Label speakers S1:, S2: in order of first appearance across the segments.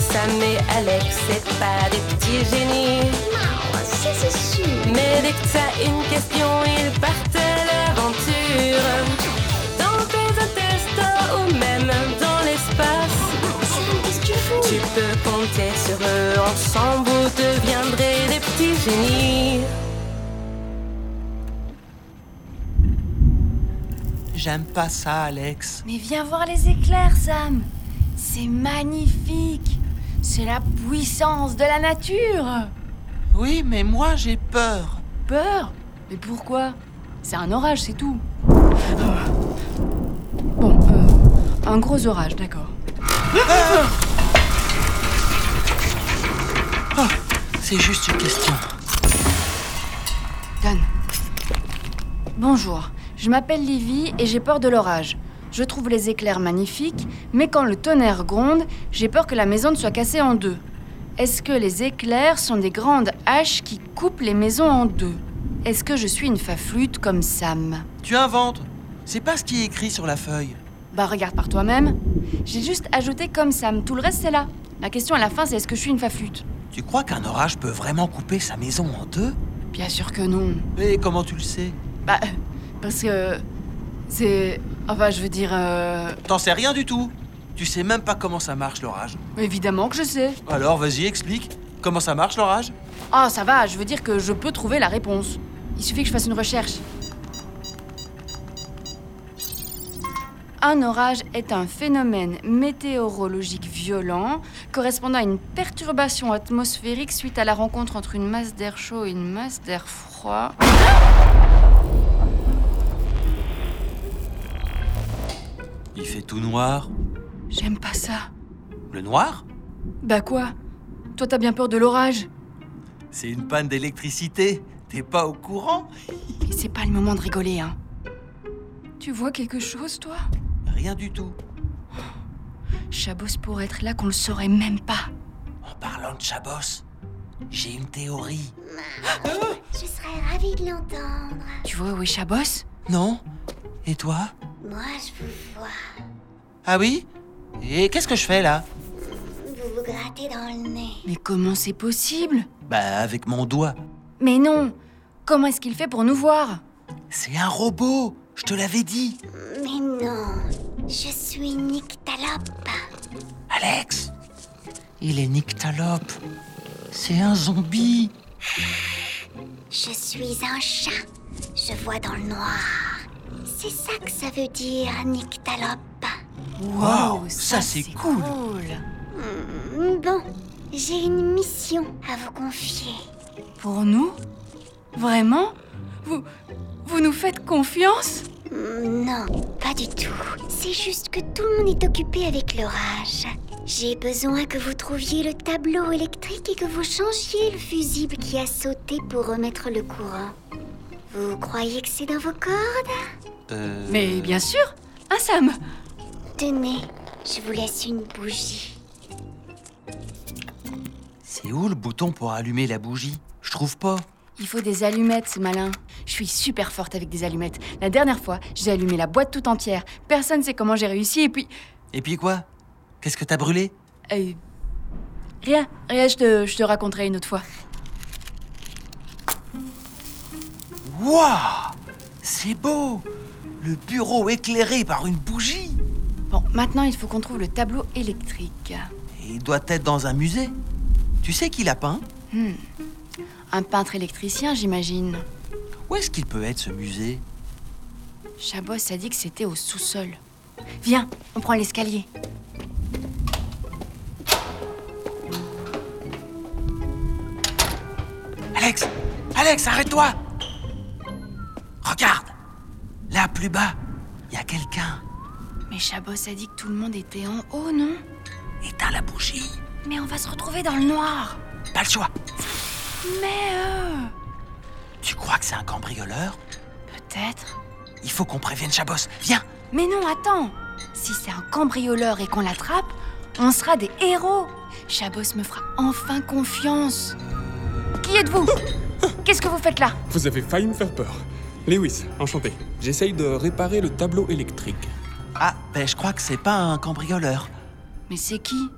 S1: Sam et Alex, c'est pas des petits génies.
S2: Non, Oh, ça c'est sûr.
S1: Mais dès que t'as une question, ils partent à l'aventure. Dans tes intestins ou même dans l'espace,
S2: Sam, qu'est-ce que
S1: tu
S2: tu fous
S1: peux compter sur eux. Ensemble, vous deviendrez des petits génies.
S3: J'aime pas ça, Alex.
S4: Mais viens voir les éclairs, Sam. C'est magnifique. C'est la puissance de la nature.
S3: Oui, mais moi j'ai peur.
S4: Peur Mais pourquoi C'est un orage, c'est tout. Bon, euh, un gros orage, d'accord.
S3: C'est juste une question.
S4: Dan. Bonjour, je m'appelle Livy et j'ai peur de l'orage. Je trouve les éclairs magnifiques, mais quand le tonnerre gronde, j'ai peur que la maison ne soit cassée en deux. Est-ce que les éclairs sont des grandes haches qui coupent les maisons en deux Est-ce que je suis une faflute comme Sam
S3: Tu inventes. C'est pas ce qui est écrit sur la feuille.
S4: Bah regarde par toi-même. J'ai juste ajouté comme Sam, tout le reste c'est là. La question à la fin c'est est-ce que je suis une faflute
S3: Tu crois qu'un orage peut vraiment couper sa maison en deux
S4: Bien sûr que non.
S3: Mais comment tu le sais
S4: Bah, parce que... C'est... Enfin, je veux dire... euh,
S3: T'en sais rien du tout. Tu sais même pas comment ça marche l'orage.
S4: Évidemment que je sais.
S3: Alors vas-y, explique. Comment ça marche l'orage
S4: Ah, ça va, je veux dire que je peux trouver la réponse. Il suffit que je fasse une recherche. Un orage est un phénomène météorologique violent correspondant à une perturbation atmosphérique suite à la rencontre entre une masse d'air chaud et une masse d'air froid.
S3: Il fait tout noir.
S4: J'aime pas ça.
S3: Le noir
S4: Bah quoi Toi t'as bien peur de l'orage
S3: C'est une panne d'électricité. T'es pas au courant
S4: Mais c'est pas le moment de rigoler, hein. Tu vois quelque chose, toi
S3: Rien du tout.
S4: Chabos pourrait être là qu'on le saurait même pas.
S3: En parlant de Chabos, j'ai une théorie.
S2: Je serais ravie de l'entendre.
S4: Tu vois où est Chabos
S3: Non Et toi
S2: Moi, je vous vois.
S3: Ah oui Et qu'est-ce que je fais là
S2: Vous vous grattez dans le nez.
S4: Mais comment c'est possible
S3: Bah avec mon doigt.
S4: Mais non Comment est-ce qu'il fait pour nous voir
S3: C'est un robot Je te l'avais dit
S2: Mais non, je suis Nyctalope.
S3: Alex Il est nyctalope. C'est un zombie
S2: Je suis un chat. Je vois dans le noir. C'est ça que ça veut dire, Nyctalope.
S3: Waouh, ça, c'est cool.
S2: Hmm, Bon, j'ai une mission à vous confier.
S4: Pour nous Vraiment Vous... Vous nous faites confiance
S2: Hmm, Non, pas du tout. C'est juste que tout le monde est occupé avec l'orage. J'ai besoin que vous trouviez le tableau électrique et que vous changiez le fusible qui a sauté pour remettre le courant. Vous croyez que c'est dans vos cordes
S3: Euh,
S4: Mais bien sûr Un Sam
S2: Tenez, je vous laisse une bougie.
S3: C'est où le bouton pour allumer la bougie Je trouve pas.
S4: Il faut des allumettes, c'est malin. Je suis super forte avec des allumettes. La dernière fois, j'ai allumé la boîte tout entière. Personne sait comment j'ai réussi et puis...
S3: Et puis quoi Qu'est-ce que t'as brûlé
S4: euh, rien, rien, je te, je te raconterai une autre fois.
S3: Waouh C'est beau Le bureau éclairé par une bougie
S4: Bon, maintenant, il faut qu'on trouve le tableau électrique.
S3: Et Il doit être dans un musée. Tu sais qui l'a peint
S4: Un peintre électricien, j'imagine.
S3: Où est-ce qu'il peut être ce musée
S4: Chabos a dit que c'était au sous-sol. Viens, on prend l'escalier.
S3: Alex Alex, arrête-toi Regarde Là, plus bas, il y a quelqu'un.
S4: Mais Chabos a dit que tout le monde était en haut, non
S3: Éteins la bougie.
S4: Mais on va se retrouver dans le noir.
S3: Pas le choix.
S4: Mais euh...
S3: Tu crois que c'est un cambrioleur
S4: Peut-être.
S3: Il faut qu'on prévienne Chabos. Viens
S4: Mais non, attends. Si c'est un cambrioleur et qu'on l'attrape, on sera des héros. Chabos me fera enfin confiance. Qui êtes-vous Qu'est-ce que vous faites là
S5: Vous avez failli me faire peur. Lewis, enchanté. J'essaye de réparer le tableau électrique.
S3: Ah, ben je crois que c'est pas un cambrioleur.
S4: Mais c'est qui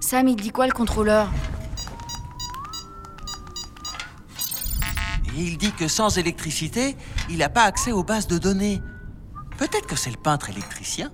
S4: Sam, il dit quoi le contrôleur
S3: Et il dit que sans électricité, il n'a pas accès aux bases de données. Peut-être que c'est le peintre électricien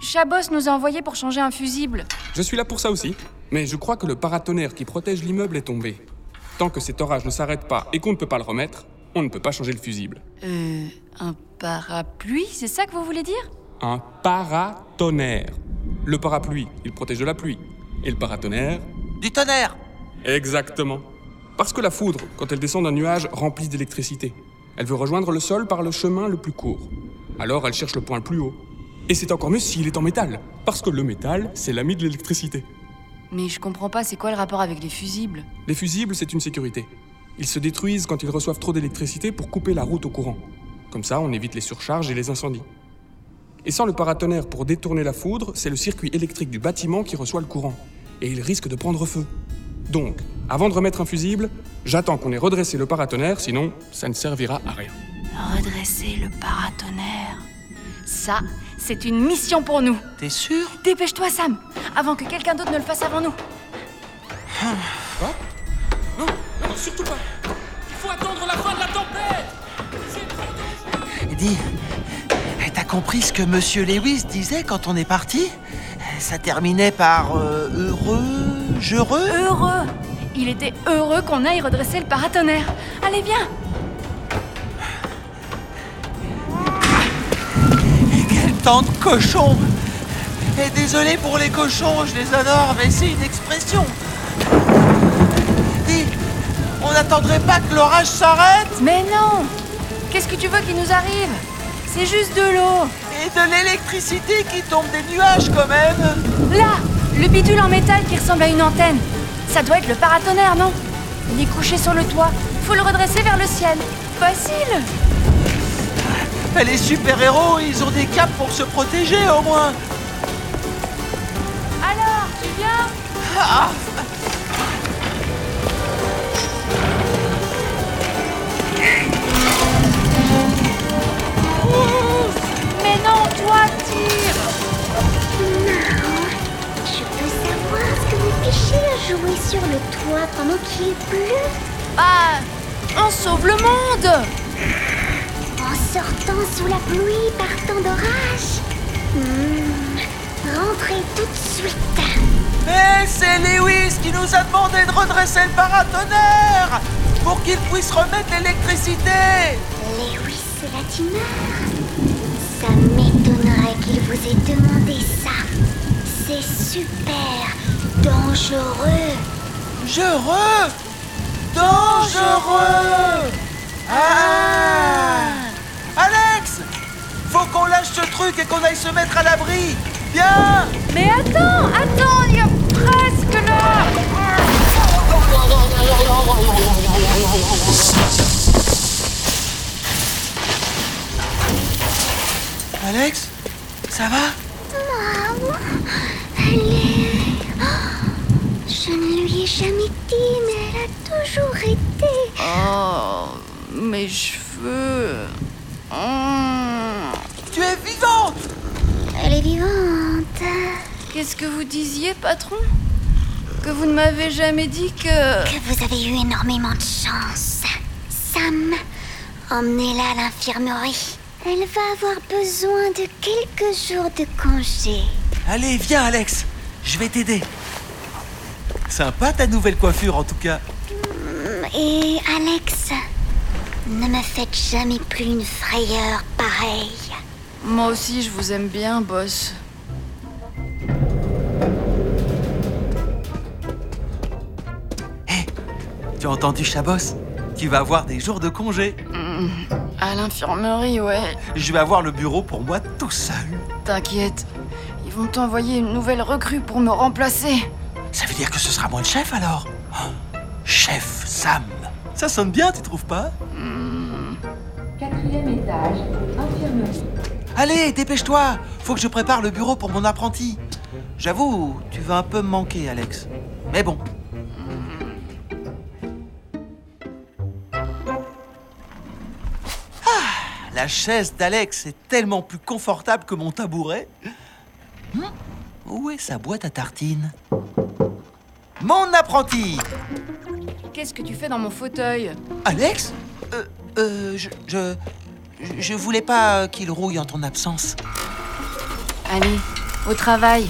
S4: Chabos nous a envoyés pour changer un fusible.
S5: Je suis là pour ça aussi, mais je crois que le paratonnerre qui protège l'immeuble est tombé. Tant que cet orage ne s'arrête pas et qu'on ne peut pas le remettre, on ne peut pas changer le fusible.
S4: Euh, un parapluie, c'est ça que vous voulez dire
S5: Un paratonnerre. Le parapluie, il protège de la pluie. Et le paratonnerre
S3: Du tonnerre
S5: Exactement. Parce que la foudre, quand elle descend d'un nuage rempli d'électricité, elle veut rejoindre le sol par le chemin le plus court. Alors elle cherche le point le plus haut. Et c'est encore mieux s'il est en métal, parce que le métal, c'est l'ami de l'électricité.
S4: Mais je comprends pas, c'est quoi le rapport avec les fusibles
S5: Les fusibles, c'est une sécurité. Ils se détruisent quand ils reçoivent trop d'électricité pour couper la route au courant. Comme ça, on évite les surcharges et les incendies. Et sans le paratonnerre pour détourner la foudre, c'est le circuit électrique du bâtiment qui reçoit le courant. Et il risque de prendre feu. Donc, avant de remettre un fusible, j'attends qu'on ait redressé le paratonnerre, sinon ça ne servira à rien.
S4: Redresser le paratonnerre. Ça, c'est une mission pour nous.
S3: T'es sûr
S4: Dépêche-toi, Sam, avant que quelqu'un d'autre ne le fasse avant nous.
S5: Non, non, surtout pas Il faut attendre la fin de la tempête
S3: Dis, t'as compris ce que Monsieur Lewis disait quand on est parti Ça terminait par euh, heureux, jeureux
S4: Euh, Heureux Il était heureux qu'on aille redresser le paratonnerre. Allez, viens
S3: Quel temps de cochon Et désolé pour les cochons, je les adore, mais c'est une expression. Dis, on n'attendrait pas que l'orage s'arrête
S4: Mais non Qu'est-ce que tu veux qu'il nous arrive C'est juste de l'eau
S3: et de l'électricité qui tombe des nuages quand même
S4: Là Le bidule en métal qui ressemble à une antenne Ça doit être le paratonnerre, non Il est couché sur le toit. Faut le redresser vers le ciel. Facile
S3: Mais Eh, les super-héros, ils ont des caps pour se protéger au moins
S4: Alors, tu viens Mais non, toi, tire
S2: Je peux savoir ce que vous fichez à jouer sur le toit pendant qu'il pleut
S4: Ah On sauve le monde
S2: en sortant sous la pluie par temps d'orage Hmm, Rentrez tout de suite
S3: Et c'est Lewis qui nous a demandé de redresser le paratonnerre pour qu'il puisse remettre l'électricité
S2: Lewis, c'est la tumeur. Ça m'étonnerait qu'il vous ait demandé ça. C'est super dangereux.
S3: Dangereux Dangereux Ah Alex Faut qu'on lâche ce truc et qu'on aille se mettre à l'abri Viens
S4: Mais attends, attends, il y a presque là
S3: Alex Ça va
S2: Maman, elle est... Oh, Je ne lui ai jamais dit, mais elle a toujours été...
S4: Oh, mes cheveux. Hum.
S3: Tu es vivante
S2: Elle est vivante.
S4: Qu'est-ce que vous disiez, patron Que vous ne m'avez jamais dit que.
S2: Que vous avez eu énormément de chance. Sam, emmenez-la à l'infirmerie. Elle va avoir besoin de quelques jours de congé.
S3: Allez, viens Alex Je vais t'aider Sympa ta nouvelle coiffure en tout cas
S2: Et Alex, ne me faites jamais plus une frayeur pareille.
S4: Moi aussi, je vous aime bien, boss.
S3: Tu as entendu Chabos Tu vas avoir des jours de congé
S4: Mm, À l'infirmerie, ouais.
S3: Je vais avoir le bureau pour moi tout seul
S4: T'inquiète. Ils vont t'envoyer une nouvelle recrue pour me remplacer.
S3: Ça veut dire que ce sera moi le chef alors Oh, Chef Sam Ça sonne bien, tu trouves pas
S6: Hmm. Quatrième étage, infirmerie.
S3: Allez, dépêche-toi Faut que je prépare le bureau pour mon apprenti. J'avoue, tu vas un peu me manquer, Alex. Mais bon. Ah, la chaise d'Alex est tellement plus confortable que mon tabouret. Hmm, Où est sa boîte à tartines mon apprenti
S4: Qu'est-ce que tu fais dans mon fauteuil
S3: Alex Euh, euh, je, je... Je voulais pas euh, qu'il rouille en ton absence.
S4: Allez, au travail.